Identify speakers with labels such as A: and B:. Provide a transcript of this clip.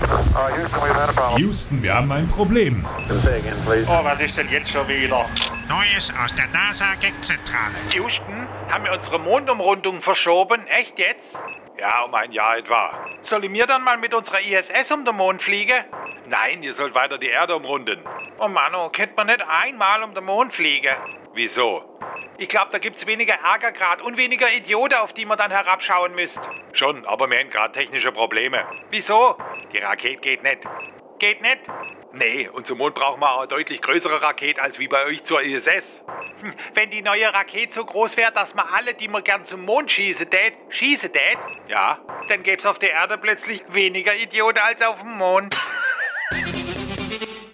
A: Uh, Houston, we've had a problem.
B: Houston, wir haben ein Problem.
A: Say again, please.
C: Oh, was ist denn jetzt schon wieder?
D: Neues aus der NASA-Gag-Zentrale.
E: Houston, haben wir unsere Mondumrundung verschoben? Echt jetzt?
C: Ja, um ein Jahr etwa.
E: Soll ich mir dann mal mit unserer ISS um den Mond fliegen?
C: Nein, ihr sollt weiter die Erde umrunden.
E: Oh Mann, oh, könnte man nicht einmal um den Mond fliegen?
C: Wieso?
E: Ich glaube, da gibt's weniger Ärgergrad und weniger Idioten, auf die man dann herabschauen müsst.
C: Schon, aber wir haben gerade technische Probleme.
E: Wieso?
C: Die Rakete geht nicht.
E: Geht nicht?
C: Nee, und zum Mond brauchen wir auch eine deutlich größere Rakete als wie bei euch zur ISS.
E: Hm, Wenn die neue Rakete so groß wäre, dass man alle, die man gern zum Mond schießen tät, schießen tät,
C: Ja,
E: dann gäb's auf der Erde plötzlich weniger Idioten als auf dem Mond.